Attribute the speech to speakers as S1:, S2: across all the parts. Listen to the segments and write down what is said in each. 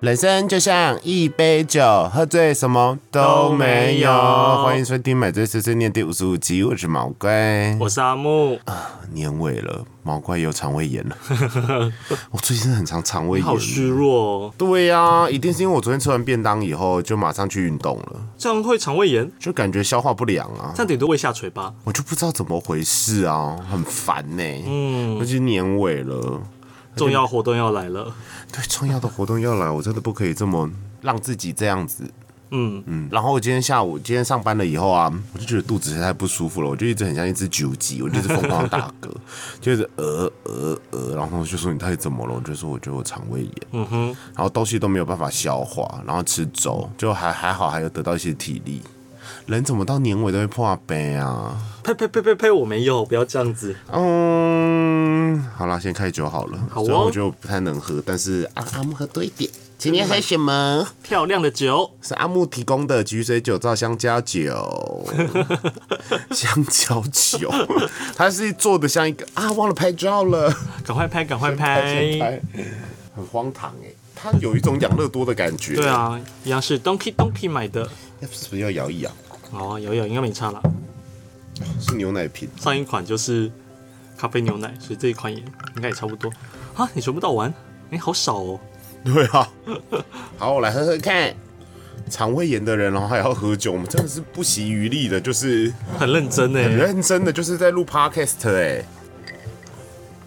S1: 人生就像一杯酒，喝醉什么都没有。
S2: 都没有
S1: 欢迎收听《买醉碎碎念》第五十五集，我是毛怪。
S2: 我是阿木，
S1: 年尾了，毛怪有肠胃 炎了。我最近很常肠胃炎。
S2: 好虚弱哦，
S1: 对呀、一定是因为我昨天吃完便当以后就马上去运动了，
S2: 这样会肠胃炎，
S1: 就感觉消化不良啊
S2: 这，样顶多胃下垂吧。
S1: 我就不知道怎么回事啊，很烦呢、嗯，尤其年尾
S2: 嗯
S1: 了，
S2: 重要活动要来了，
S1: 对重要的活动要来，我真的不可以这么让自己这样子。
S2: 嗯，
S1: 嗯，然后我今天下午，今天上班了以后啊，我就觉得肚子实在太不舒服了，我就一直很像一只酒鸡，我就是疯狂地打嗝， 就是呃呃呃，然后就说你到底怎么了？我就说我觉得我肠胃炎，嗯哼，然后东西都没有办法消化，然后吃粥，就还还好，还有得到一些体力。人怎么到年尾都会破杯啊？
S2: 呸呸呸呸呸，我没有，不要这样子。
S1: 嗯，好啦，先开酒好了。
S2: 好哦
S1: 虽然我觉得我不太能喝，但是啊，阿木喝多一点。今天喝什么？
S2: 漂亮的酒，
S1: 是阿木提供的橘水酒造香蕉 酒，香蕉酒，它是做的像一个啊，忘了拍照了，
S2: 赶快拍，赶快
S1: 先
S2: 拍。
S1: 拍，很荒唐哎、它有一种养乐多的感觉。
S2: 对，啊，一样是 Donkey Donkey 买的。
S1: 是不是要摇一摇？
S2: 哦，有有，应该没差啦。
S1: 是牛奶瓶，
S2: 上一款就是咖啡牛奶，所以这一款也应该也差不多。啊，你全部倒完？哎、好少哦。
S1: 对啊。好，我来喝喝看。肠胃炎的人，然后还要喝酒，我们真的是不遗余力的，就是
S2: 很认真
S1: 很
S2: 哎，
S1: 认真的，就是在录 podcast 哎、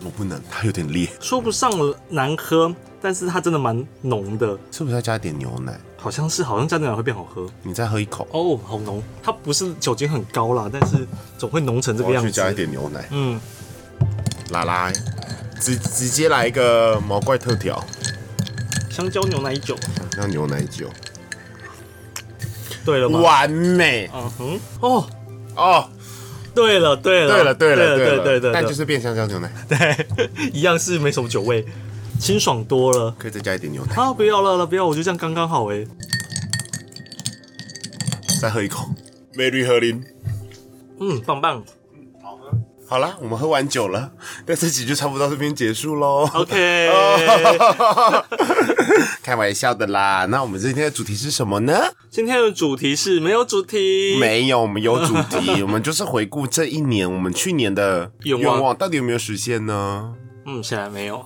S1: 我不能，它有点烈，
S2: 说不上难喝，但是它真的蛮浓的，
S1: 是不是要加一点牛奶？
S2: 好像是好像加牛奶会变好喝。
S1: 你再喝一口。
S2: 哦，好浓！它不是酒精很高啦，但是总会浓成这个
S1: 我要
S2: 样
S1: 去加一
S2: 子。
S1: 点牛奶，
S2: 嗯，
S1: 拉拉，直直接来一个毛怪特调，
S2: 香蕉牛奶酒，
S1: 像牛奶酒，
S2: 对了吗？
S1: 完美
S2: 嗯哼，哦，
S1: 哦！
S2: 对了，对了，
S1: 对了，对了，
S2: 对
S1: 对
S2: 了，对
S1: 了，
S2: 对，
S1: 但就是变香蕉牛奶，
S2: 对， 一样是没什么酒味，清爽多了。
S1: 可以再加一点牛奶，
S2: 啊，不要了，了不要，我就这样刚刚好哎。
S1: 再喝一口，美女和林。
S2: 嗯，棒棒。
S1: 好啦，我们喝完酒了，那这集就差不多到这边结束喽。
S2: OK，
S1: 开玩笑的啦，那我们今天的主题是什么呢？
S2: 今天的主题是没有主题，
S1: 没有，我们有主题，我们就是回顾这一年，我们去年的
S2: 愿望
S1: 到底有没有实现呢？
S2: 嗯，显然没有。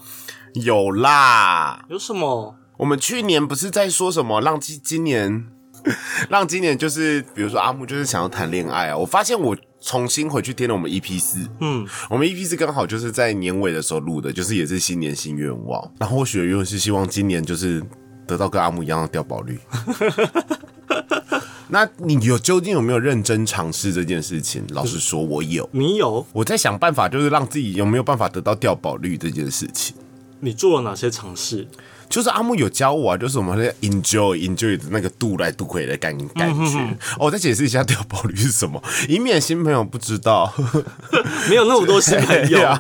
S1: 有啦，
S2: 有什么？
S1: 我们去年不是在说什么让今今年， 让今年就是比如说阿木就是想要谈恋爱啊。我发现我重新回去听了我们 EP 四，
S2: 嗯，
S1: 我们 EP 四刚好就是在年尾的时候录的，就是也是新年新愿望。然后我许的愿望是希望今年就是得到跟阿木一样的掉保率。那你有究竟有没有认真尝试这件事情？老实说，我有。
S2: 你有？
S1: 我在想办法，就是让自己有没有办法得到掉保率这件事情。
S2: 你做了哪些尝试？
S1: 就是阿木有教我啊，就是我们在 enjoy enjoy 的那个度来度回的感感觉。哦，我再解释一下掉保率是什么，以免新朋友不知道。
S2: 没有那么多新朋 友
S1: 对。啊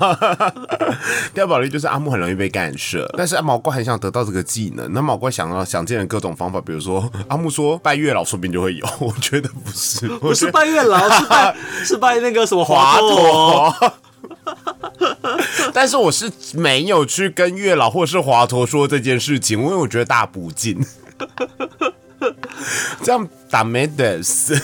S1: 掉保率就是阿木很容易被干涉，但是毛怪很想得到这个技能。那毛怪想到想尽了各种方法，比如说阿木说拜月老，说不定就会有。我觉得不是，
S2: 不
S1: 不
S2: 是拜月老，是拜是拜那个什么华佗。
S1: 华佗。 但是我是没有去跟月老或是华佗说这件事情，因为我觉得大不敬。 这样打没得死。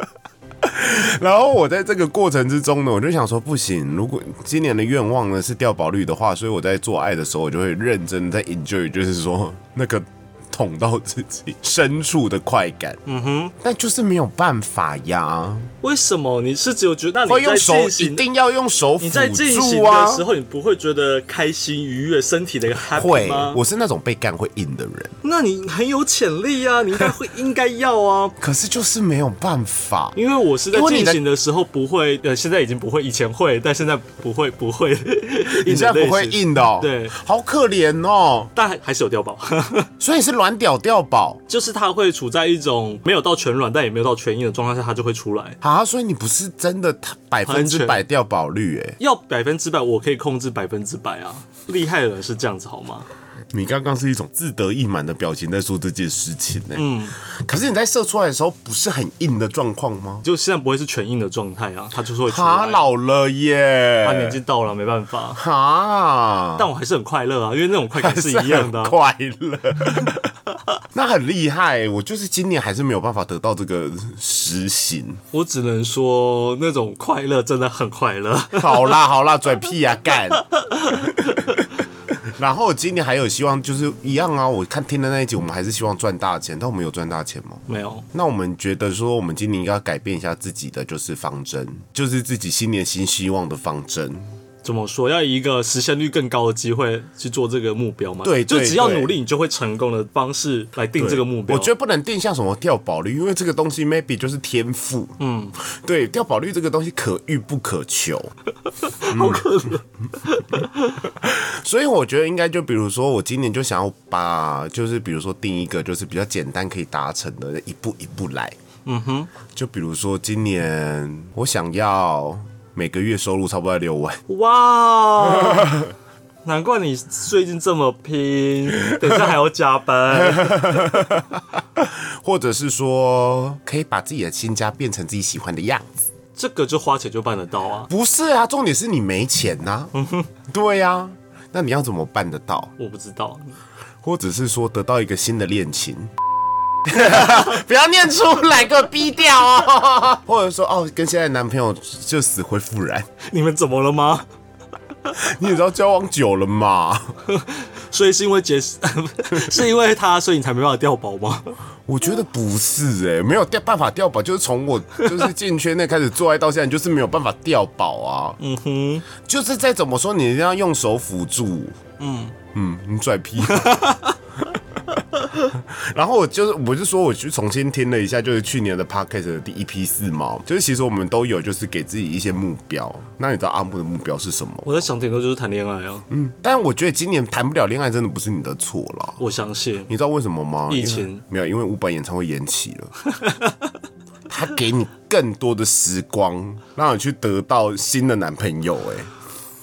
S1: 然后我在这个过程之中呢，我就想说，不行，如果今年的愿望呢是掉保率的话，所以我在做爱的时候，我就会认真地在 enjoy，就是说那个捅到自己深处的快感。嗯哼，但就是没有办法呀。
S2: 为什么你是只有觉得那
S1: 会
S2: 你在
S1: 用手，
S2: 进
S1: 一
S2: 行
S1: 定要用手辅
S2: 你在进行
S1: 助
S2: 的
S1: 啊！
S2: 时候，你不会觉得开心愉悦，身体的一个 happy
S1: 会
S2: 吗，？
S1: 我是那种被干会硬的人，
S2: 那你很有潜力啊，你应该会应该 要啊。
S1: 可是就是没有办法。
S2: 因为我是在
S1: 因为你
S2: 进
S1: 的
S2: 行的时候不会，呃，现在已经不会，以前会，但现在不会， 不会。
S1: 你
S2: 你
S1: 现在不 会硬的、哦，
S2: 对
S1: 好可怜哦。
S2: 但还还是有碉堡，
S1: 所以是软屌掉宝
S2: 就是它会处在一种没有到全软，但也没有到全硬的状态下，它就会出来。
S1: 啊，所以你不是真的百分之百掉宝率哎、
S2: 要百分之百，我可以控制百分之百啊！厉害的人是这样子好吗？
S1: 你刚刚是一种自得意满的表情在说这件事情呢、
S2: 嗯，
S1: 可是你在射出来的时候不是很硬的状况吗？
S2: 就现在不会是全硬的状态啊，他就是会出
S1: 他
S2: 来。
S1: 老了耶，
S2: 他年纪到了，没办法。
S1: 哈，
S2: 但我还是很快乐啊，因为那种快感是一样的啊、
S1: 还是很快乐。 那很厉害，我就是今年还是没有办法得到这个实行。
S2: 我只能说，那种快乐真的很快乐。
S1: 好啦好啦，拽屁呀、干！ 然后我今年还有希望，就是一样啊。我看听的那一集，我们还是希望赚大钱，但我们有赚大钱吗？
S2: 没有，
S1: 那我们觉得说，我们今年应该要改变一下自己的就是方针，就是自己新年新希望的方针。
S2: 怎么说？要以一个实现率更高的机会去做这个目标嘛？
S1: 对
S2: 就
S1: 对
S2: 只要
S1: 对
S2: 努力，你就会成功的方式来定这个目标。
S1: 我觉得不能定下什么掉保率，因为这个东西 maybe 就是天赋。嗯，对，掉保率这个东西可遇不可 求，嗯
S2: 好可能。
S1: 所以我觉得应该就比如说，我今年就想要把，就是比如说定一个就是比较简单可以达成的，一步一步来。
S2: 嗯哼，
S1: 就比如说今年我想要每个月收入差不多在六万，
S2: 哇，哦 难怪你最近这么拼，等一下还要加班。
S1: 或者是说可以把自己的新家变成自己喜欢的样子。
S2: 这个就花钱就办得到啊！
S1: 不是啊，重点是你没钱呐、对呀、那你要怎么办得到？
S2: 我不知道，
S1: 或者是说得到一个新的恋情。 不要念出来，给我逼掉哦！或者说，哦，跟现在的男朋友就死灰复燃。
S2: 你们怎么了吗？
S1: 你也知道交往久了嘛？
S2: 所以是因为杰， 是因为他，所以你才没办法掉包吗？
S1: 我觉得不是哎、没有掉办法掉保，就是从我就是进圈内开始做爱到现在，你就是没有办法掉保啊。嗯哼，就是再怎么说，你一定要用手辅助。嗯嗯，你拽屁。 然后我就是，我就说，我去重新听了一下，就是去年的 podcast 的第一批四毛，就是其实我们都有，就是给自己一些目标。那你知道阿木的目标是什么？
S2: 我在想，顶多就是谈恋爱啊。
S1: 嗯，但我觉得今年谈不了恋爱，真的不是你的错啦。
S2: 我相信
S1: 你知道为什么吗？
S2: 疫情
S1: 因为没有，因为伍佰演唱会延期了。 他给你更多的时光，让你去得到新的男朋友、哎，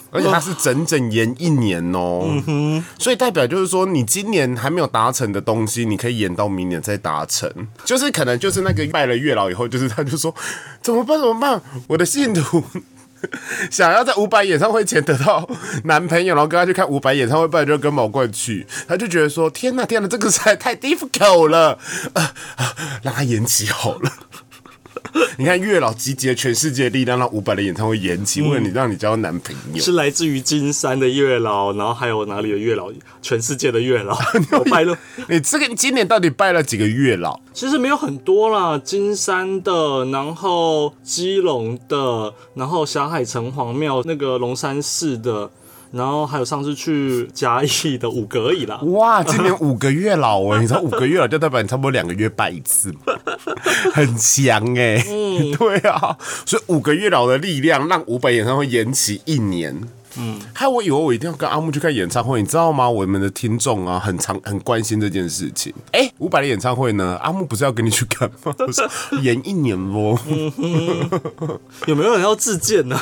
S1: 而且他是整整延一年哦、
S2: 嗯
S1: 所以代表就是说，你今年还没有达成的东西，你可以延到明年再达成。就是可能就是那个拜了月老以后，就是他就说怎么办怎么办，我的信徒 想要在伍佰演唱会前得到男朋友，然后跟他去看伍佰演唱会，不然就跟毛怪去。他就觉得说：“天呐，天呐，这个实在太 difficult 了，呃啊让他延期好了。”你看月老集结全世界力量，让伍佰的演唱会延期，为了你让你交到男朋友。
S2: 是来自于金山的月老，然后还有哪里的月老，全世界的月老，我拜了。
S1: 你这个今年到底拜了几个月老？
S2: 其实没有很多啦，金山的，然后基隆的，然后霞海城隍庙那个龙山寺的，然后还有上次去嘉义的五格而已啦。
S1: 哇，今年五个月老哎、你知道五个月老就代表你差不多两个月拜一次嘛，很强哎、对啊，所以五个月老的力量让伍佰演唱会延期一年。嗯，害我以为我一定要跟阿木去看演唱会，你知道吗？我们的听众啊，很常很关心这件事情。哎、伍佰的演唱会呢？阿木不是要跟你去看吗？我说 延一年咯。
S2: 有没有人要自荐呢、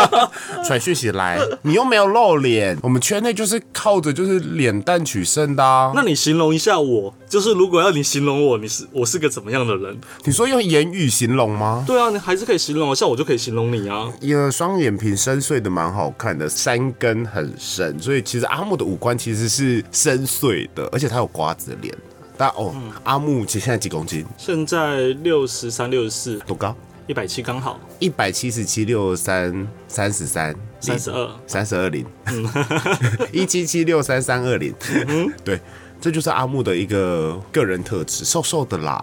S1: 传讯息来，你又没有露脸，我们圈内就是靠着就是脸蛋取胜的、啊。
S2: 那你形容一下我，就是如果要你形容我，你是我是个怎么样的人？
S1: 你说用言语形容吗？
S2: 对啊，你还是可以形容，像我就可以形容你啊。
S1: 呃，双眼皮深邃的蛮好看的，三根很深，所以其实阿木的五官其实是深邃的，而且他有瓜子脸。但哦，阿木其实现在几公斤？
S2: 现在六十三、六十四、
S1: 多高？
S2: 一百七刚好，
S1: 一百七十七六三三十三
S2: 三十二。
S1: 三嗯十二零，一七七六三三二零，对，这就是阿木的一个个人特质，瘦瘦的啦，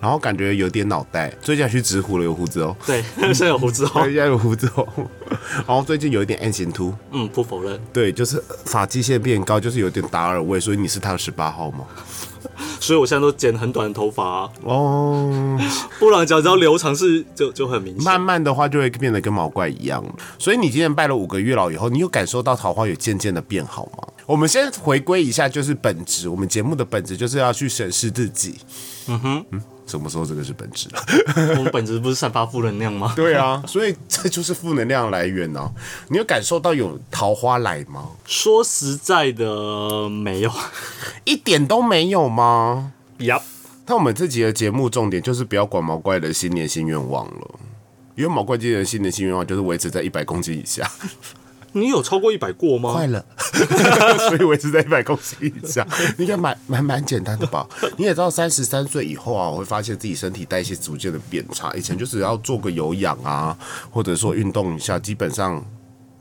S1: 然后感觉有点脑袋，最近还去直胡了，有胡子哦，
S2: 对， 现在有胡子哦
S1: 最。近还有胡子哦， 然后最近有一点 N 型秃，
S2: 嗯，不否认。
S1: 对，就是呃发际线变高，就是有点达尔味，所以你是他的十八号吗？
S2: 所以我现在都剪很短的头发、啊，
S1: 哦，
S2: 不然只要留长是就就很明显。
S1: 慢慢的话就会变得跟毛怪一样，所以你今天拜了五个月老以后，你有感受到桃花有渐渐的变好吗？我们先回归一下，就是本质，我们节目的本质就是要去审视自己。嗯哼，什么时候这个是本质了？
S2: 我们本质不是散发负能量吗？
S1: 对啊， 所以这就是负能量来源啊！你有感受到有桃花来吗？
S2: 说实在的，没有。
S1: 一点都没有吗？
S2: 呀，
S1: 那我们这集的节目重点就是不要管毛怪的新年新愿望了，因为毛怪今年的新年新愿望就是维持在一百公斤以下，
S2: 你有超过一百过吗？
S1: 哦快了， 所以维持在一百公斤以下，应该蛮蛮蛮简单的 吧？你也知道，三十三岁以后啊，我会发现自己身体代谢逐渐的变差，以前就是要做个有氧啊，或者说运动一下，基本上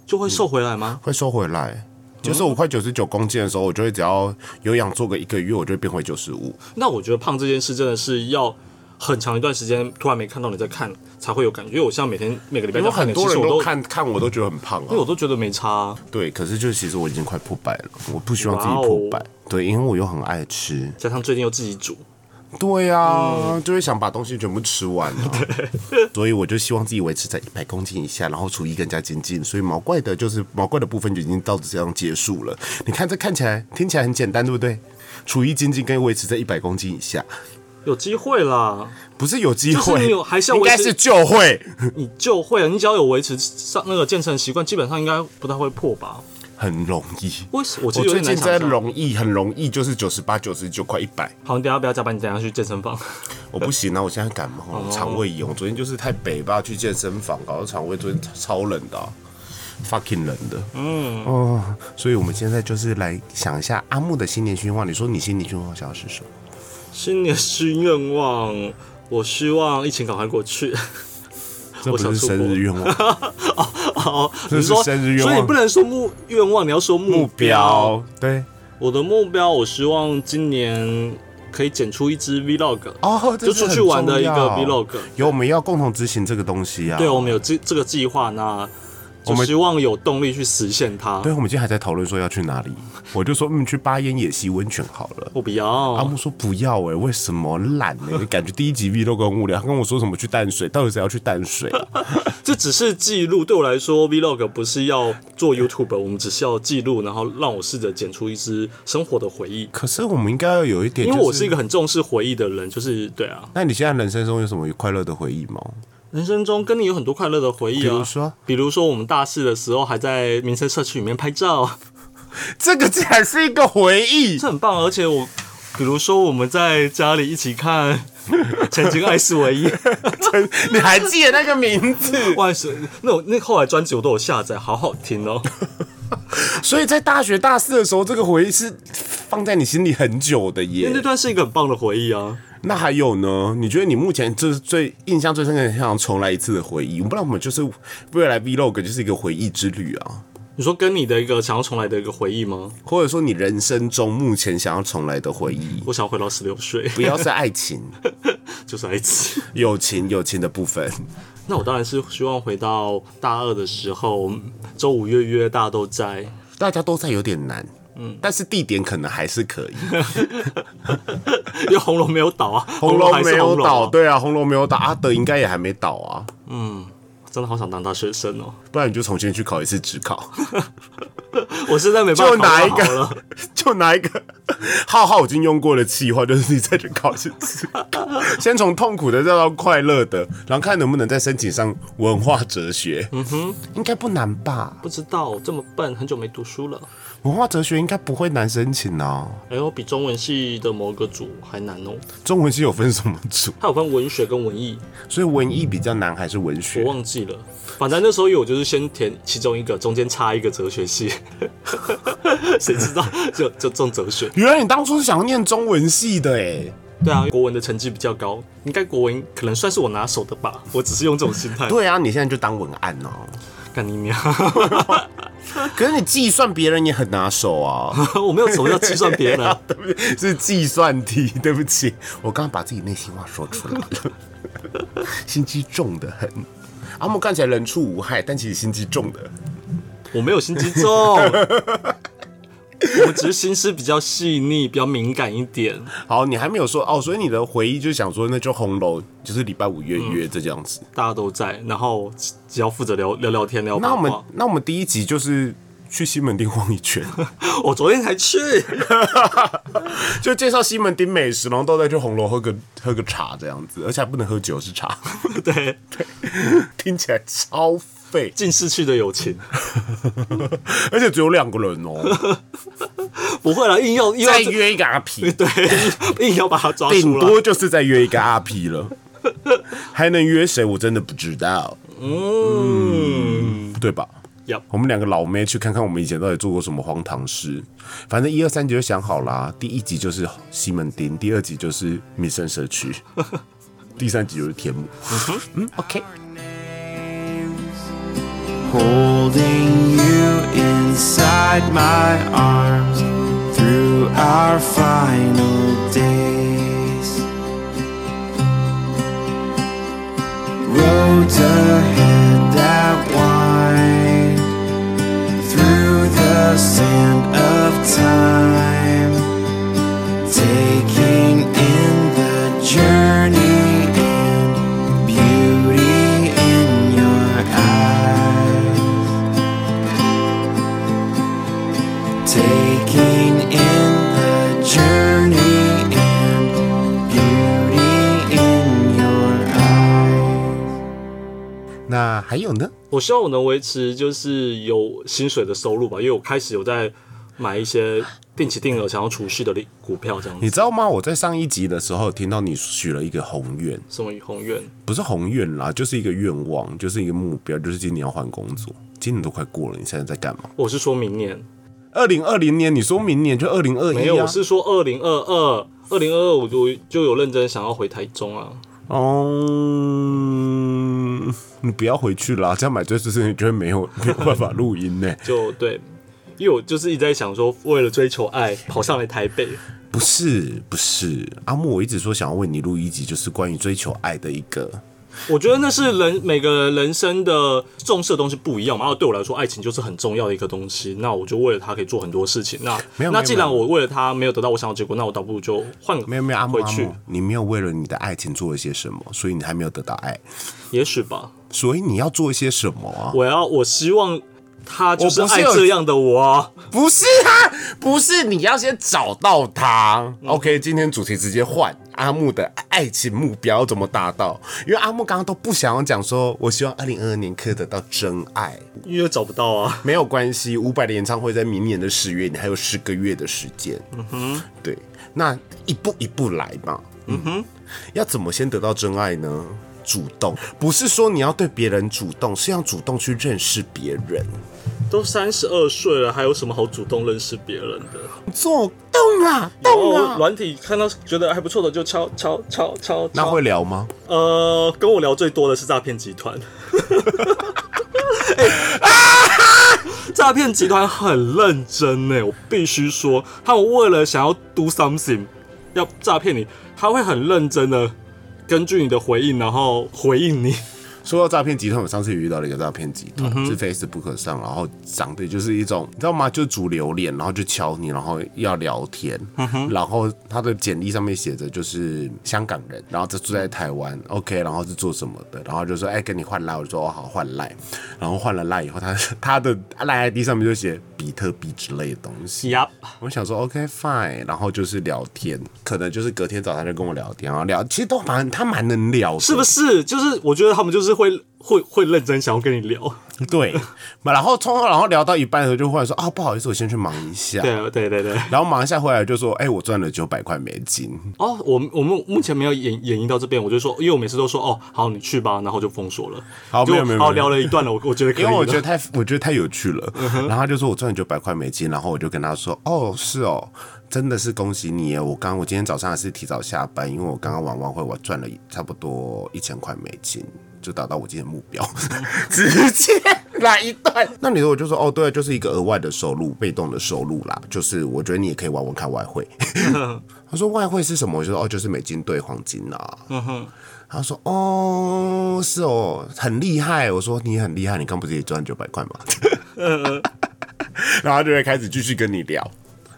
S2: 就会瘦回来吗？
S1: 会收回来。就是我快九十九公斤的时候，我就会只要有氧做个一个月，我就会变回九十五。
S2: 那我觉得胖这件事真的是要很长一段时间，突然没看到你在看才会有感觉。因为我现在每天每个礼拜
S1: 因为
S2: 在看
S1: 很
S2: 你，
S1: 多
S2: 其实
S1: 人
S2: 我
S1: 都
S2: 都，
S1: 看看我都觉得很胖
S2: 因为
S1: 啊。
S2: 我都觉得没差啊。
S1: 对，可是就其实我已经快破百了，我不希望自己
S2: 哇哦
S1: 破百。对，因为我又很爱吃。
S2: 加上最近又自己煮，
S1: 对啊，
S2: 嗯
S1: 就会想把东西全部吃完、啊。所以我就希望自己维持在一百公斤以下，然后厨艺更加精进。所以毛怪的就是毛怪的部分就已经到这样结束了。你看这看起来听起来很简单，对不对？厨艺精进跟维持在一百公斤以下，
S2: 有机会啦，
S1: 不是有机
S2: 就是
S1: 会，
S2: 你有还是要
S1: 应
S2: 维持
S1: 该是就会。
S2: 你就会了。你只要有维持上那个健身习惯，基本上应该不太会破吧？
S1: 很容易。
S2: 为什我其
S1: 我
S2: 实有
S1: 最
S2: 点
S1: 近
S2: 难
S1: 真
S2: 想
S1: 的
S2: 象。
S1: 容易，很容易，就是九十八、九十九，快一百。
S2: 好，你等一下不要加班，你等一下去 健身房。
S1: 我不行啊，我现在感冒
S2: 哦
S1: 了，肠胃炎。我昨天就是太北吧，去健身房搞到肠胃，昨天超冷的啊、fucking 冷的。嗯哦，所以我们现在就是来想一下阿木的新年新愿望。你说你新年新愿望想要是什么？
S2: 新年新愿望，我希望疫情赶快过 去。
S1: 这不
S2: 我想
S1: 是
S2: 出
S1: 生
S2: 国
S1: 日愿望，
S2: 哦，
S1: 这
S2: 你
S1: 是
S2: 说，
S1: 生日愿望
S2: 所以你不能说目愿望，你要说 目
S1: 目标对
S2: 我的目标，我希望今年可以剪出一支 Vlog，、
S1: 哦，这
S2: 就是出
S1: 很
S2: 去玩的一个
S1: 重要哦
S2: Vlog。
S1: 有我们要共同执行这个东西啊。
S2: 对，我们有这这个计划，那
S1: 我
S2: 就
S1: 们
S2: 希望有动力去实现它
S1: 对，。我们今天还在讨论说要去哪里，我就说嗯，去巴烟野溪温泉好了。
S2: 我不
S1: 阿
S2: 要，
S1: 木说不要哎、为什么懒呢、 感觉第一集 V 都很无聊，他跟我说什么去淡水，到底谁要去淡水 啊、
S2: 这只是记录。对我来说，Vlog 不是要做 YouTube，我们只是要记录，然后让我试着剪出一支生活的回忆。
S1: 可是我们应该要有一点、
S2: 因为我是一
S1: 个。
S2: 个很重视回忆的人，就是对啊，
S1: 那你现在人生中有什么快乐的回忆吗？
S2: 人生中跟你有很多快乐的回忆啊，
S1: 比如说，
S2: 比如说我们大四的时候还在民生社区里面拍照，
S1: 这个竟然是一个回 忆，
S2: 这很棒。而且我，比如说我们在家里一起看 《曾经爱是唯一》
S1: 真你还记得那个名字？
S2: 万水那种那后来专辑我都有下载，好好听哦。
S1: 所以在大学大四的时候，这个回忆是放在你心里很久的
S2: 因为
S1: 耶
S2: 那。段是一个很棒的回忆啊。
S1: 那还有呢？你觉得你目前就是最印象最深刻、想重来一次的回忆？不然我们就是未来 Vlog 就是一个回忆之旅啊。
S2: 你说跟你的一个想要重来的一个回忆吗？
S1: 或者说你人生中目前想要重来的回忆，
S2: 我想回到十六岁，
S1: 不要是爱情、
S2: 就是那一次。
S1: 友情、友情的部分。
S2: 那我当然是希望回到大二的时候，周五月约大家都在，
S1: 大家都在有点难，嗯，但是地点可能还是 可以。
S2: 因为红龙没有倒啊，
S1: 红
S2: 楼
S1: 楼
S2: 还
S1: 没
S2: 是红
S1: 有
S2: 楼
S1: 倒，
S2: 啊，
S1: 对啊，红楼没有倒，阿德应该也还没倒啊，
S2: 真的好想当大学生哦。
S1: 不然你就重新去考一次职考，
S2: 我现在没办法
S1: 就拿一
S2: 考好了
S1: 个，就拿一个 浩浩已经用过的计划，就是你再去考一次职 考，先从痛苦的再到快乐的，然后看能不能再申请上文化哲学。嗯哼，应该不难吧？
S2: 不知道这么笨，很久没读书了。
S1: 文化哲学应该不会难申请啊。
S2: 哎呦，比中文系的某个组还难哦。
S1: 中文系有分什么组？
S2: 它有分文学跟文艺，
S1: 所以文艺比较难还是文学
S2: 我？忘记了。反正那时候有，就是先填其中一个，中间插一个哲学系， 谁知道就就中哲学。
S1: 原来你当初是想要念中文系的哎，
S2: 对啊，国文的成绩比较高，应该国文可能算是我拿手的吧。我只是用这种心态。
S1: 对啊，你现在就当文案哦、
S2: 干你娘！
S1: 可是你计算别人也很拿手啊，
S2: 我没有什么要计算别人，啊
S1: 对不对？是计算题，对不起，我刚刚把自己内心话说出来了， 心机重的很。阿木看起来人畜无害，但其实心机重的。
S2: 我没有心机重。我只是心思比较细腻，比较敏感一点。
S1: 好，你还没有说哦，所以你的回忆就想说，那就红楼，就是礼拜五约约这样子。
S2: 大家都在，然后只只要负责聊聊聊天聊八
S1: 那我们
S2: 卦。
S1: 那我们第一集就是去西门町晃一圈，
S2: 我昨天才去，
S1: 就介绍西门町美食，然后都在去红楼喝个喝个茶这样子，而且还不能喝酒，是茶，
S2: 对，
S1: 听起来超废，
S2: 近逝去的友情，
S1: 而且只有两个人哦，
S2: 不会了，硬要硬要
S1: 再约一个阿 P，
S2: 对，硬要把它抓
S1: 顶
S2: 出来。
S1: 多就是再约一个阿 P 了，还能约谁？我真的不知道，嗯，对吧？
S2: Yup
S1: 我们两个老妹去看看我们以前到底做过什么荒唐事。反正一二三集就想好啦、第一集就是西门町，第二集就是民生社区， 第三集就是天幕。嗯，OK。
S3: holding you inside my arms through our final days. Roads ahead that wind through the sand of time, taking in the journey and beauty in your eyes. Taking in the journey and beauty in your eyes.
S1: 那还有呢？
S2: 我希望我能维持就是有薪水的收入吧，因为我开始有在买一些定期定额想要储蓄的利股票这样
S1: 你
S2: 子。
S1: 知道吗？我在上一集的时候听到你许了一个宏愿，
S2: 什么宏愿？
S1: 不是宏愿啦，就是一个愿望，就是一个目标，就是今年要换工作。今年都快过了，你现在在干嘛？
S2: 我是说明年，
S1: 二零二零年，你说明年就二零二一，啊
S2: 没有，我是说二零二二、二零二二，我就就有认真想要回台中啊。
S1: 哦，你不要回去啦，这样买醉之前你就会没有没有办法录音呢、
S2: 就对，因为我就是一直在想说，为了追求爱，跑上来台北。
S1: 不是不是，阿木，我一直说想要为你录一集，就是关于追求爱的一个。
S2: 我觉得那是人每个人生的重视的东西不一样嘛。然后对我来说，爱情就是很重要的一个东西。那我就为了他可以做很多事情。那
S1: 没有没
S2: 那
S1: 有
S2: 既然我为了他没有得到我想要的结果，那我倒不如就换个
S1: 没有没有，阿木
S2: 回
S1: 阿
S2: 去
S1: 木，，你没有为了你的爱情做一些什么，所以你还没有得到爱，
S2: 也许吧。
S1: 所以你要做一些什么啊？
S2: 我要我希望他就是
S1: 我不是
S2: 爱
S1: 有
S2: 这样的我啊。
S1: 不是啊，不是，你要先找到他。OK，今天主题直接换阿木的爱情目标怎么达到？因为阿木刚刚都不想要讲说，我希望二零二二年可以得到真爱，
S2: 因为找不到啊，
S1: 没有关系。伍佰的演唱会在明年的十月，你还有十个月的时间。嗯哼，对，那一步一步来嘛。嗯哼，要怎么先得到真爱呢？主动，不是说你要对别人主动，是要主动去认识别人。
S2: 都三十二岁了，还有什么好主动认识别人的？
S1: 做动啊，动
S2: 哦，
S1: 啊！
S2: 软体看到觉得还不错的就敲敲敲敲敲。
S1: 那会聊吗？
S2: 呃，跟我聊最多的是诈骗集 团。欸哎啊诈骗集团很认真呢，我必须说，他们为了想要 do something，要诈骗你，他会很认真的根据你的回应，然后回应你。
S1: 说到诈骗集团，我上次也遇到了一个诈骗集
S2: 嗯
S1: 团，是 Facebook 上，然后长得就是一种，你知道吗？就主流脸，然后就敲你，然后要聊天，
S2: 嗯
S1: 然后他的简历上面写着就是香港人，然后就住在台湾，OK，然后是做什么的，然后就说哎、跟你换赖，我就说哦好换赖，然后换了赖以后，他 他的赖 ID 上面就写比特币之类的东西，
S2: 呀，
S1: 我想说 OK fine，然后就是聊天，可能就是隔天早上就跟我聊天，然后聊，其实都蛮他蛮能聊的，
S2: 是不是？就是我觉得他们就是会会会认真想要跟你聊。
S1: 对，然后冲，然后聊到一半的时候，就忽然说啊，不好意思，我先去忙一下。
S2: 对对对对。
S1: 然后忙一下回来就说，哎、我赚了九百块美金。
S2: 哦，我们我们目前没有演演绎到这边，我就说，因为我每次都说，哦，好，你去吧，然后就封锁了。
S1: 好
S2: 就
S1: 没有没有没有
S2: 好聊了一段了，我我觉得可以嗯
S1: 因
S2: 了。
S1: 为我觉得太，我觉得太有趣了。然后他就说我赚了九百块美金，然后我就跟他说，哦，是哦，真的是恭喜你耶！我刚我今天早上还是提早下班，因为我刚刚晚晚会，我赚了差不多一千块美金，就达到我今天的目 标，直接。来一段， 那你如果就说哦，对，就是一个额外的收入，被动的收入啦，就是我觉得你也可以玩玩看外 汇。他说外汇是什么？我就说哦，就是美金兑黄金啊。他说：“哦，是哦，很厉害。”我说：“你很厉害， 你刚不是也赚九百块吗？”然后他就会开始继续跟你聊。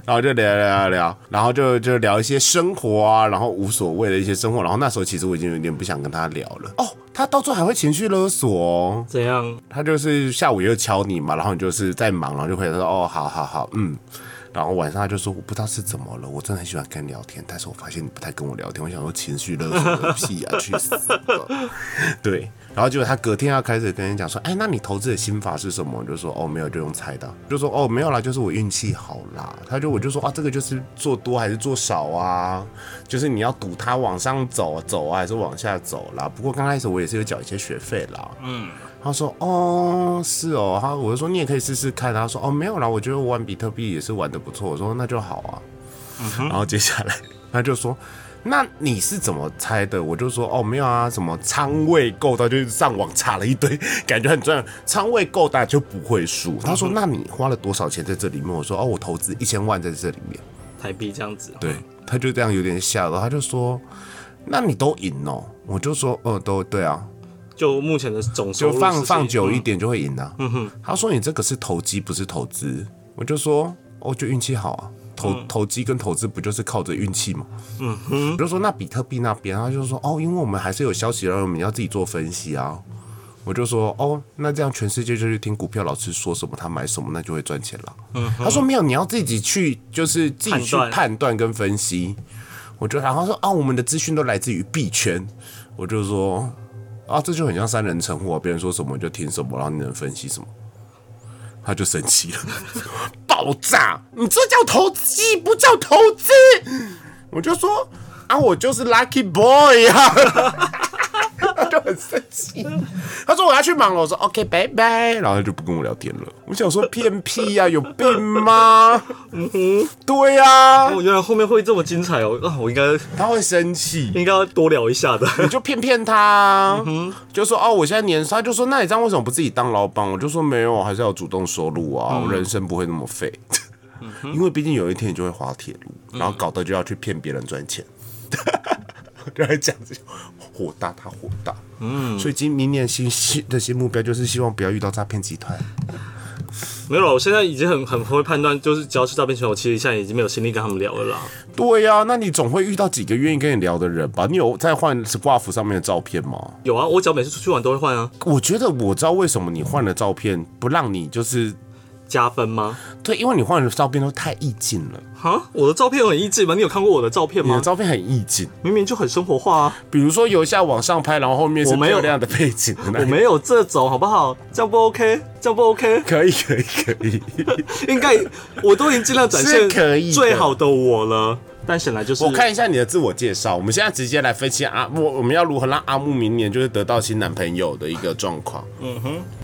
S1: 然后就聊聊聊聊，然后就就聊一些生活啊，然后无所谓的一些生活。然后那时候其实我已经有点不想跟他聊了。哦，他到最后还会情绪勒索哦，
S2: 怎样？
S1: 他就是下午又敲你嘛，然后你就是在忙，然后就回答说哦，好好好，嗯。然后晚上他就说我不知道是怎么了，我真的很喜欢跟你聊天，但是我发现你不太跟我聊天，我想说情绪勒索个屁啊，去死吧！ 对，然后结果他隔天要开始跟人讲说，哎，那你投资的心法是什么？我就说哦，没有，就用猜的。就说哦，没有啦，就是我运气好啦。他就我就说啊，这个就是做多还是做少啊，就是你要赌它往上走走啊，还是往下走啦。不过刚开始我也是有缴一些学费啦。嗯，他说哦，是哦，他我就说你也可以试试看。他说哦，没有啦，我觉得我玩比特币也是玩的不错。我说那就好啊。然后接下来他就说：“那你是怎么猜的？”我就说：“哦，没有啊，什么仓位够大，就是上网查了一堆， 感觉很重要。仓位够大就不会输。”他说：“那你花了多少钱在这里面？”我说：“哦，我投资一千万在这里面。
S2: 台币这样子，”
S1: 对，他就这样有点吓到，他就说：“那你都赢哦？”我就说：“呃，都对啊，
S2: 就目前的嗯总收
S1: 就
S2: 入
S1: 放
S2: 是
S1: 放久一点就会赢啊。他说：“你这个是投机，不是投资。”我就说：“哦，就运气好啊。”投投机跟投资不就是靠着运气吗？嗯哼，比如说那比特币那边，他就说哦，因为我们还是有消息，然后我们要自己做分析啊。我就说哦，那这样全世界就去听股票老师说什么，他买什么，那就会赚钱了。嗯，他说没有，你要自己去，就是自己去
S2: 判断
S1: 判断跟分析。我就然后说啊，我们的资讯都来自于币圈。我就说啊，这就很像三人成虎、啊，别人说什么你就听什么，然后你能分析什么。他就生气了，爆炸！你这叫投机，不叫投资。我就说啊，我就是 lucky boy 啊。他就很生气，他说我要去忙了，我说 OK，拜拜，然后他就不跟我聊天了。我想说骗屁啊呀、有病吗？对啊呀、
S2: 哦，原来后面会这么精彩哦！啊，我应该
S1: 他会生气。
S2: 应该要多聊一下的。
S1: 你就骗骗他啊，就说哦，我现在年收，他就说那你这样为什么不自己当老板？我就说没有，啊还是要有主动收入啊，我人生不会那么废， 因为毕竟有一天你就会滑铁卢，然后搞得就要去骗别人赚钱， 我就在讲这火大，他火大，嗯，所以今明年新新的新目标就是希望不要遇到诈骗集团，
S2: 没有啦，我现在已经很很会判断，就是只要去诈骗群，我其实现在已经没有心力跟他们聊了啦。
S1: 对呀、那你总会遇到几个愿意跟你聊的人吧？你有在换挂幅上面的照片吗？
S2: 有啊，我只要每次出去玩都会换啊，
S1: 我觉得我知道为什么你换了照片不让你就是
S2: 加分吗？
S1: 对，因为你换的照片都太意境了，
S2: 哈，我的照片很益智吗？你有看过我的照片
S1: 你的
S2: 吗？
S1: 照片很意境。
S2: 明明就很生活化啊，
S1: 比如说由下往上拍，然后后面是
S2: 我没有
S1: 漂亮的背景的那
S2: 我
S1: 一
S2: 没有这种，好不好？这样不 OK，这样不 OK，
S1: 可以可以可以，
S2: 应该我都已经尽量展现
S1: 是可以的
S2: 最好的我了，但显然就是
S1: 我看一下你的自我介绍。我们现在直接来分析阿木，我们要如何让阿木明年就是得到新男朋友的一个状况。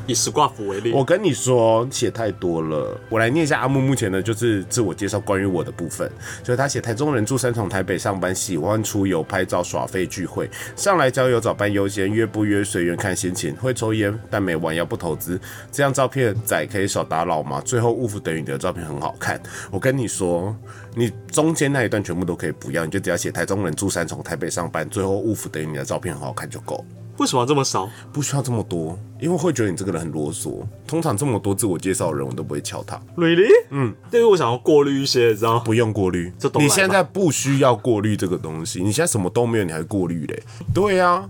S2: 以史挂符为例，
S1: 我跟你说，写太多了。我来念一下阿木目前呢，就是自我介绍关于我的部分。所以他写台中人，住三重，台北上班，喜欢出游、拍照、耍废、聚会，上来交友、早班优先，约不约随缘看心情，会抽烟但没玩，要不投资。这样照片仔可以少打扰吗？最后物服等于你的照片很好看。我跟你说，你中间那一段全部都可以不要，你就只要写台中人，住三重，台北上班，最后物服等于你的照片很好看就够了。
S2: 为什么要这么少？
S1: 不需要这么多，因为会觉得你这个人很啰嗦。通常这么多自我介绍的人，我都不会敲他，
S2: Really？嗯，因为我想要过滤一些，你知道？
S1: 不用过滤
S2: 这。懂了
S1: 你现在不需要过滤这个东西，你现在什么都没有，你还过滤嘞？对呀、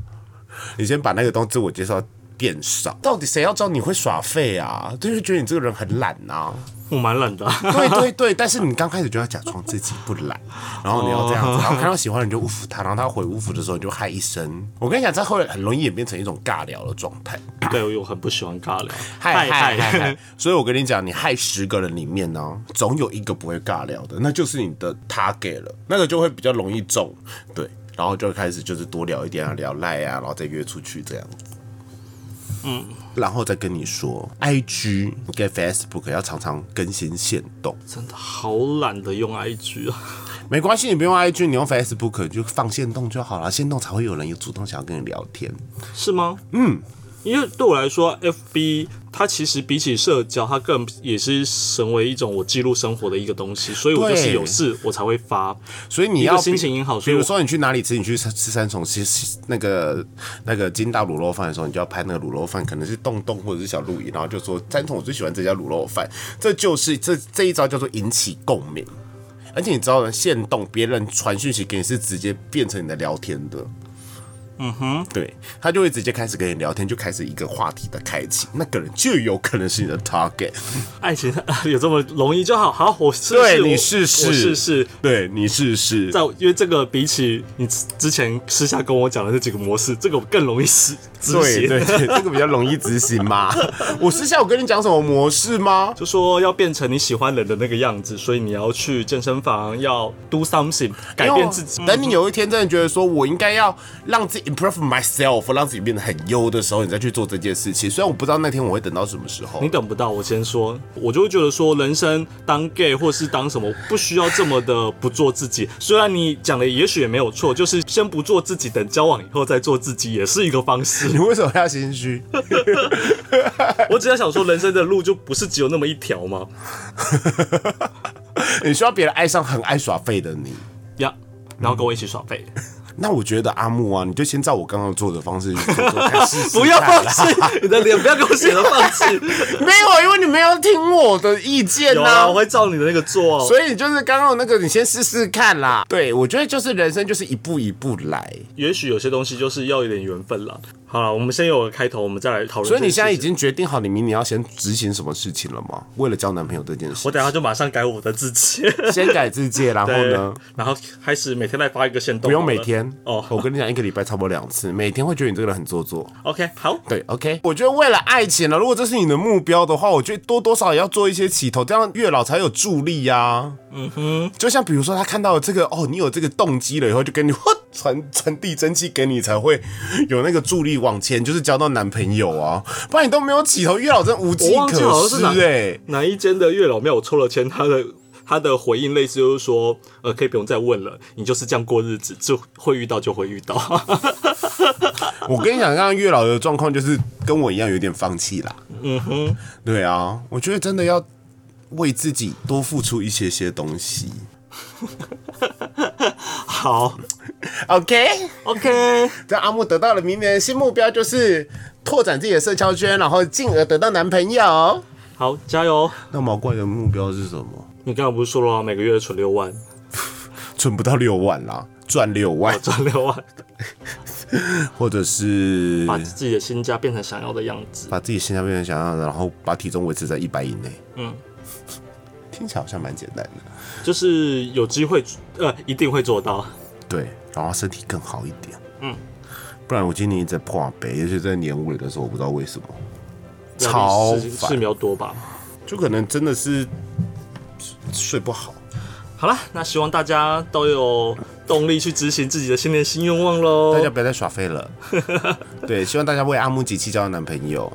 S1: 你先把那个东自我介绍变少。到底谁要知道你会耍废啊？就是觉得你这个人很懒 啊。
S2: 我蛮懒的啊、
S1: 对对对，但是你刚开始就要假装自己不懒，然后你要这样子，然后看到喜欢的人就呜服他，然后他回呜服的时候你就嗨一声。我跟你讲，这会很容易演变成一种尬聊的状态。
S2: 对，我很不喜欢尬聊。
S1: 嗨嗨嗨 嗨！所以我跟你讲，你害十个人里面呢、总有一个不会尬聊的，那就是你的 target 了，那个就会比较容易中，对，然后就开始就是多聊一点啊，聊赖啊，然后再约出去这样子。嗯，然后再跟你说，IG 跟 Facebook 要常常更新限动，
S2: 真的好懒得用 IG 啊！
S1: 没关系，你不用 IG，你用 Facebook 你就放限动就好了，限动才会有人有主动想要跟你聊天。
S2: 是吗？嗯，因为对我来说，FB 它其实比起社交，它更也是成为一种我记录生活的一个东西，所以我就是
S1: 对
S2: 有事我才会发。
S1: 所以你
S2: 一个
S1: 要
S2: 心
S1: 比
S2: 情也好
S1: 比
S2: 所以我
S1: 如说你去哪里吃，你去吃吃三重吃吃那个那个金大卤肉饭的时候，你就要拍那个卤肉饭，可能是洞洞或者是小鹿影，然后就说三重我最喜欢这家卤肉饭，这就是这这一招叫做引起共鸣。而且你知道的，线动别人传讯息给你是直接变成你的聊天的。嗯哼，对他就会直接开始跟你聊天，就开始一个话题的开启，那个人就有可能是你的 target。
S2: 爱情 有这么容易就好。好，我试试，
S1: 对你
S2: 我
S1: 试试
S2: 我试试。
S1: 对你试试，
S2: 在因为这个比起你之之前私下跟我讲的那几个模式，这个我更容易实执
S1: 对
S2: 行。
S1: 对 对，这个比较容易执行嘛。 我私下我跟你讲什么模式吗？
S2: 就说要变成你喜欢人的那个样子，所以你要去健身房，要 do something，改变自己。
S1: 因为我等你有一天真的觉得说我应该要让自己 improve myself，让自己变得很优的时候，你再去做这件事情。虽然我不知道那天我会等到什么时候
S2: 你，等不到，我先说，我就会觉得说，人生当 gay 或是当什么，不需要这么的不做自己。虽然你讲的也许也没有错，就是先不做自己，等交往以后再做自己，也是一个方式
S1: 你。 为什么要心虚？
S2: 我只在想说，人生的路就不是只有那么一条 吗？
S1: 你需要别人爱上很爱耍废的你。
S2: 呀、然后跟我一起耍废，
S1: 那我觉得阿木啊，你就先照我刚刚做的方式去做做看，试试
S2: 不要
S1: 看
S2: 放
S1: 啦
S2: 弃你的脸，不要给我写了放 弃。
S1: 没有，因为你没有听我的意见
S2: 有
S1: 呐、
S2: 啊，我会照你的那个做哦。
S1: 所以你就是刚刚那个，你先试试看啦。对，我觉得就是人生就是一步一步来。
S2: 也许有些东西就是要一点缘分啦。好了，我们先有个开头，我们再来讨论。
S1: 所以你现在已，经决定好你明年要先执行什么事情了吗？为了交男朋友这件事
S2: 我，等一下就马上改我的字帖。
S1: 先改字界，然后
S2: 对
S1: 呢，，
S2: 然后开始每天来发一个限动，
S1: 不用每天
S2: 哦
S1: 我跟你讲，一个礼拜差不多两次，每天会觉得你这个人很做作。
S2: OK，好，
S1: 对，OK，我觉得为了爱情啊呢，如果这是你的目标的话，我觉得多多少少也要做一些起头，这样月老才有助力呀、嗯哼，就像比如说他看到这个哦，你有这个动机了以后，就跟你传传递真气给你，才会有那个助力往前，就是交到男朋友啊，不然你都没有起头，月老真无计
S2: 我忘
S1: 可
S2: 记好像是
S1: 施
S2: 哪
S1: 哎、
S2: 哪一间的月老庙，我抽了签，他的他的回应类似就是说，呃，可以不用再问了，你就是这样过日子，就会遇到就会遇到。
S1: 我跟你讲，刚刚月老的状况就是跟我一样，有点放弃啦。嗯哼，对啊，我觉得真的要为自己多付出一些些东西。
S2: 好
S1: OK。
S2: ，OK，
S1: 让阿木得到了明年的新目标，就是拓展自己的社交圈，然后进而得到男朋友。
S2: 好，加油！
S1: 那毛怪的目标是什么？
S2: 你刚刚不是说了吗？每个月存六万，
S1: 存不到六万啦，赚六万，
S2: 赚六万，
S1: 或者是
S2: 把自己的新家变成想要的样子。
S1: 把自己现在变成想要的，然后把体重维持在一百以内。嗯，听起来好像蛮简单的。
S2: 就是有机会，呃，一定会做到。
S1: 对，然后身体更好一点。嗯，不然我今年一直在破杯，尤其在年尾的时候，我不知道为什么超
S2: 压力是
S1: 烦
S2: 是比较多吧。
S1: 就可能真的是睡不好。
S2: 好啦，那希望大家都有动力去执行自己的新年新愿望喽
S1: 大。家不要再耍废 了。对，希望大家为阿木吉气交到男朋友。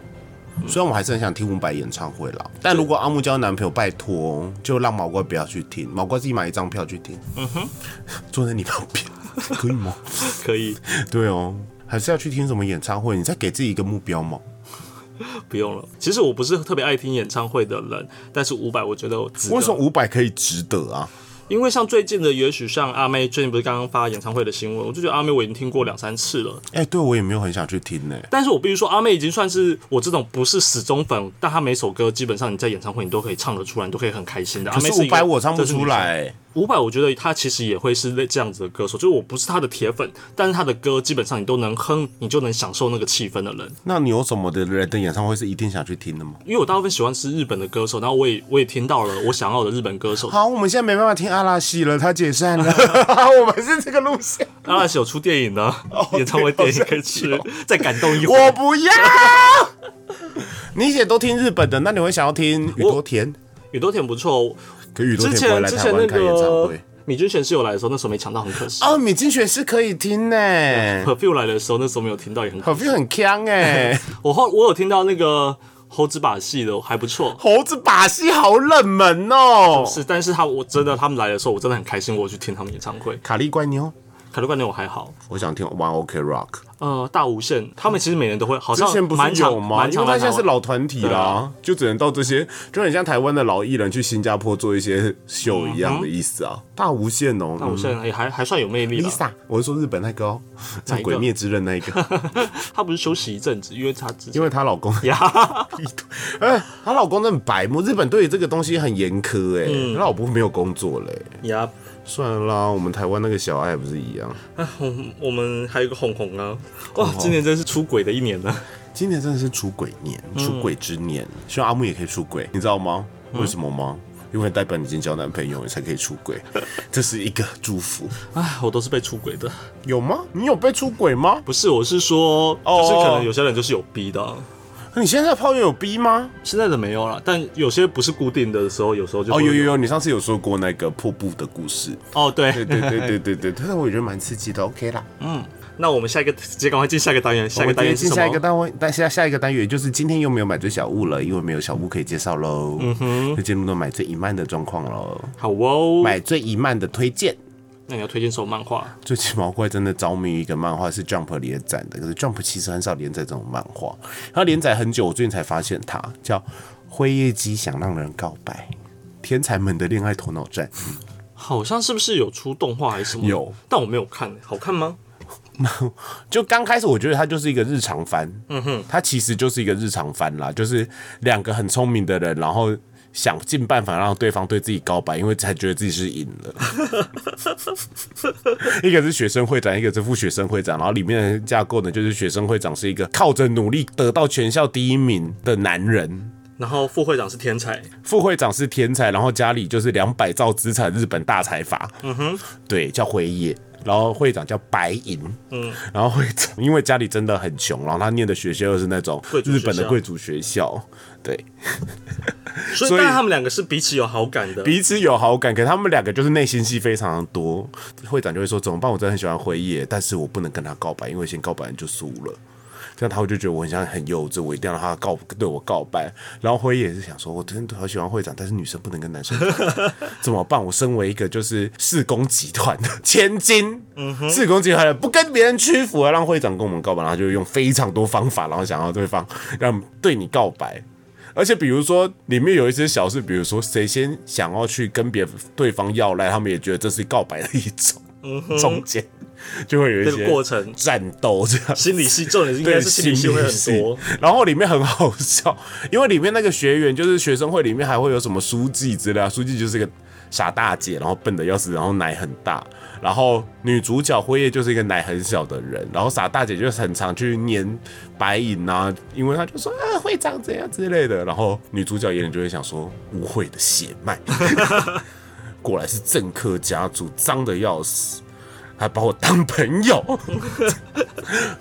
S1: 虽然我还是很想听伍佰演唱会
S2: 嗯
S1: 啦，但如果阿木交男朋友，拜托就让毛怪不要去听，毛怪自己买一张票去听。嗯哼，坐在你旁边可以吗？
S2: 可以，
S1: 对哦，还是要去听什么演唱会？你再给自己一个目标嘛。
S2: 不用了。其实我不是特别爱听演唱会的人，但是伍佰我觉得我值得。
S1: 为什么？伍佰可以值得啊？
S2: 因为像最近的，也许像阿妹最近不是刚刚发演唱会的新闻，我就觉得阿妹我已经听过两三次了。
S1: 哎、对我也没有很想去听呢、
S2: 但是我必须说，阿妹已经算是我这种不是死忠粉，但她每首歌基本上你在演唱会你都可以唱得出来，你都可以很开心的。
S1: 可
S2: 阿妹
S1: 是
S2: 是
S1: 伍
S2: 一个
S1: 佰我唱不
S2: 啊这是女
S1: 出
S2: 生
S1: 来、
S2: 伍佰，我觉得他其实也会是类这样子的歌手，就是我不是他的铁粉，但是他的歌基本上你都能哼，你就能享受那个气氛的人。
S1: 那你有什么的人的演唱会是一定想去听的吗？
S2: 因为我大部分喜欢是日本的歌手，然后我也我也听到了我想要的日本歌 手。
S1: 好，我们现在没办法听阿拉西了，他解散 了，我们是这个路线。
S2: 阿拉西有出电影呢，演唱会
S1: 哦对
S2: 电影可以去再感动一回。
S1: 我不要。你姐都听日本的，那你会想要听宇多田？
S2: 宇多田不错，
S1: 可宇多
S2: 之
S1: 田不会
S2: 前
S1: 来
S2: 之
S1: 台
S2: 前那
S1: 湾开演唱
S2: 个
S1: 会。
S2: 米津玄师有来的时候，那时候没抢到，很可 惜。
S1: 哦，米津玄师可以听呢、欸
S2: p，e r f u m e 来的时候，那时候没有听到，也很 可
S1: 好
S2: 惜。
S1: 像很强哎、
S2: 我后我有听到那个猴子把戏的，还不错。
S1: 猴子把戏好冷门哦、
S2: 是，但是他我真的他们来的时候，我真的很开心，我有去听他们演唱会。
S1: 卡利怪妞，
S2: 凯鲁饭店我还好，
S1: 我想听 One OK Rock，
S2: 呃，大无限他们其实每年都会，好
S1: 之
S2: 像
S1: 前不
S2: 蛮
S1: 是有
S2: 常
S1: 吗？
S2: 蛮
S1: 因为
S2: 常
S1: 他
S2: 来
S1: 现在
S2: 台
S1: 是
S2: 湾。
S1: 老团体
S2: 对
S1: 啦
S2: 啊，
S1: 就只能到这些，就很像台湾的老艺人去新加坡做一些秀一样的意思啊。大无限哦，
S2: 嗯
S1: 嗯
S2: 大无限也还还算有魅力了。
S1: Lisa，我是说日本那个哦，在
S2: 哪
S1: 《
S2: 一个
S1: 鬼灭之刃》那一 个，
S2: 她不是休息一阵子，因为她之前
S1: 因为她老公，
S2: 呀，
S1: 哎，她老公真的很白目，日本对于这个东西很严苛哎，
S2: 嗯
S1: 她老婆没有工作嘞，
S2: 呀，
S1: 算了啦，我们台湾那个小爱不是一样，
S2: 我我们还有一个红红啊，哇，今年真是出轨的一年啊呢。
S1: 今年真的是出轨年，出轨之年，希望阿木也可以出轨，你知道吗？为什么吗？因为代表你已经交男朋友，你才可以出轨，这是一个祝福，
S2: 唉，我都是被出轨的，
S1: 有吗？你有被出轨吗？
S2: 不是，我是说，
S1: 哦
S2: 就是可能有些人就是有逼的啊，
S1: 你现在的炮友有逼吗？
S2: 现在的没有了，但有些不是固定的时候，有时候就
S1: 哦，
S2: 会
S1: 有有有，你上次有说过那个破布的故事，
S2: 哦，对
S1: 对对对对对对，但是我觉得蛮刺激的，OK 啦。
S2: 那我们下一个直接赶快进下一个单元，下
S1: 我
S2: 一个
S1: 们
S2: 单元是
S1: 进
S2: 什么？
S1: 下一个单位，但下下一个单元就是今天又没有买醉小物了，因为没有小物可以介绍喽，嗯哼，就进入到买醉一漫的状况喽。
S2: 好哦，
S1: 买醉一漫的推荐，
S2: 那你要推荐什么漫画？
S1: 最近毛怪真的着迷于一个漫画是 Jump 连载的，可是 Jump 其实很少连载这种漫画，它连载很久，我最近才发现它叫《辉夜姬想让人告白》，天才们的恋爱头脑战。
S2: 好像是不是有出动画还是什么？
S1: 有，
S2: 但我没有看，好看吗？
S1: 就刚开始我觉得它就是一个日常番，嗯哼，它其实就是一个日常番啦，就是两个很聪明的人，然后想尽办法让对方对自己告白，因为才觉得自己是赢 了。一个是学生会长，一个是副学生会长，然后里面的架构呢，就是学生会长是一个靠着努力得到全校第一名的男人。
S2: 然后副会长是天才，
S1: 副会长是天才，然后家里就是两百兆资产，日本大财阀。嗯哼，对，叫辉夜，然后会长叫白银。嗯，然后会长因为家里真的很穷，然后他念的学校又是那种
S2: 贵族
S1: 日
S2: 学校
S1: 本的贵族学校，对，
S2: 所以
S1: 所以
S2: 但他们两个是彼此有好感的。
S1: 彼此有好感，可他们两个就是内心戏非常的多。会长就会说怎么办？我真的很喜欢辉夜，但是我不能跟他告白，因为先告白就输了。这样他会就觉得我很像很幼稚，我一定要让他告对我告白。然后辉夜也是想说，我真的好喜欢会长，但是女生不能跟男生告白怎么办？我身为一个就是四公集团的千金， 四公集团的不跟别人屈服，要让会长跟我们告白，然后就用非常多方法，然后想要对方让对你告白。而且比如说，里面有一些小事，比如说谁先想要去跟别对方要赖，他们也觉得这是告白的一种，中间就会有一
S2: 嗯这
S1: 些
S2: 个过程
S1: 战斗这样。
S2: 心理系重点是应
S1: 对，
S2: 该是心理系会很多，
S1: 心理系。然后里面很好笑，因为里面那个学员就是学生会里面还会有什么书记之类啊，书记就是个傻大姐，然后笨的要死，然后奶很大。然后女主角辉夜就是一个奶很小的人，然后傻大姐就是很常去黏白银啊，因为她就说啊会长怎样之类的。然后女主角眼里就会想说污秽的血脉， 果然是政客家族，脏的要死。还把我当朋友，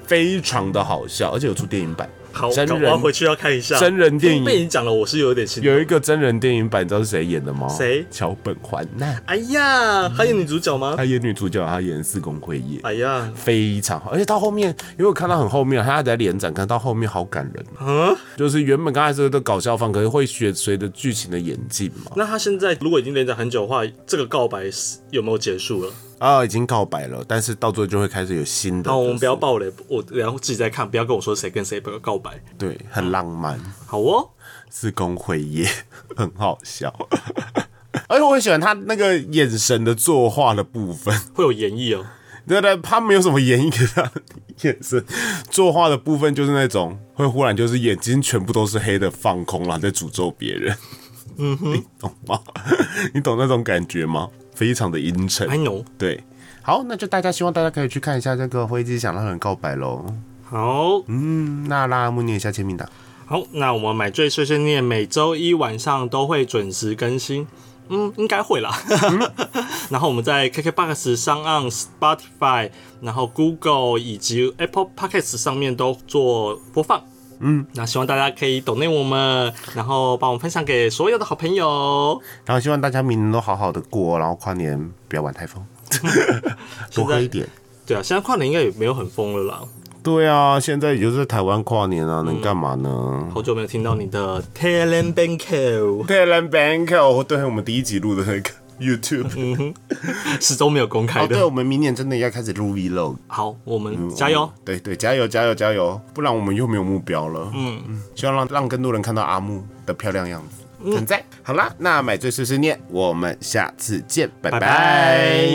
S1: 非常的好笑，而且有出电影版，
S2: 好，
S1: 真
S2: 搞我要
S1: 人
S2: 回去要看一下
S1: 真人电影
S2: 被你讲了，我是有点心动。
S1: 有一个真人电影版，你知道是谁演的吗？
S2: 谁
S1: 桥本环奈，
S2: 哎呀，还有女主角吗
S1: 她？演女主角，她演四宫会夜，
S2: 哎呀，
S1: 非常好，而且到后面，因为我看到很后面，她在连展，看到后面好感人，啊
S2: 嗯，
S1: 就是原本刚开始的搞笑范，可是会随随着剧情的演进嘛，
S2: 那他现在如果已经连载很久的话，这个告白是有没有结束了？
S1: 啊，已经告白了，但是到最后就会开始有新的，
S2: 好，哦我们不要，暴雷，我然后自己再看，不要跟我说谁跟谁告白。
S1: 对，很浪漫。
S2: 好哦，
S1: 自宫会夜， 很好笑。而且我很喜欢他那个眼神的作画的部分，
S2: 会有演绎哦。
S1: 对对，他没有什么演绎，可是他眼神作画的部分就是那种会忽然就是眼睛全部都是黑的放空了，在诅咒别人。嗯哼，你懂吗？你懂那种感觉吗？非常的阴沉
S2: I。know。
S1: 对，好，那就大家希望大家可以去看一下这个《灰机想让人告白》喽。
S2: 好，
S1: 嗯，那拉木念一下签名档。
S2: 好，那我们买醉碎碎念每周一晚上都会准时更新，嗯，应该会啦。
S1: 嗯
S2: 然后我们在 KKBox 上、岸 Spotify、然后 Google 以及 Apple Podcasts 上面都做播放。嗯，那希望大家可以懂内我们，然后帮我们分享给所有的好朋友。
S1: 然后希望大家明年都好好的过，然后跨年不要玩太 疯，多喝一点。
S2: 对啊，现在跨年应该也没有很疯了啦，
S1: 对啊，现在也就是在台湾跨年啊，能干嘛呢？
S2: 好久没有听到你的 Talent Bank。
S1: 对 a l a n Bank，哦对我们第一集录的那个， YouTube。
S2: 始终没有公开
S1: 哦，对，嗯
S2: 的。
S1: 我们明年真的要开始录 Vlog，
S2: 好，我们加油。！
S1: 对对，加油加油加油！不然我们又没有目标了。嗯嗯，希望让让更多人看到阿木的漂亮样子。很赞。好啦，那买醉碎碎念，我们下次见，拜
S2: 拜拜
S1: 拜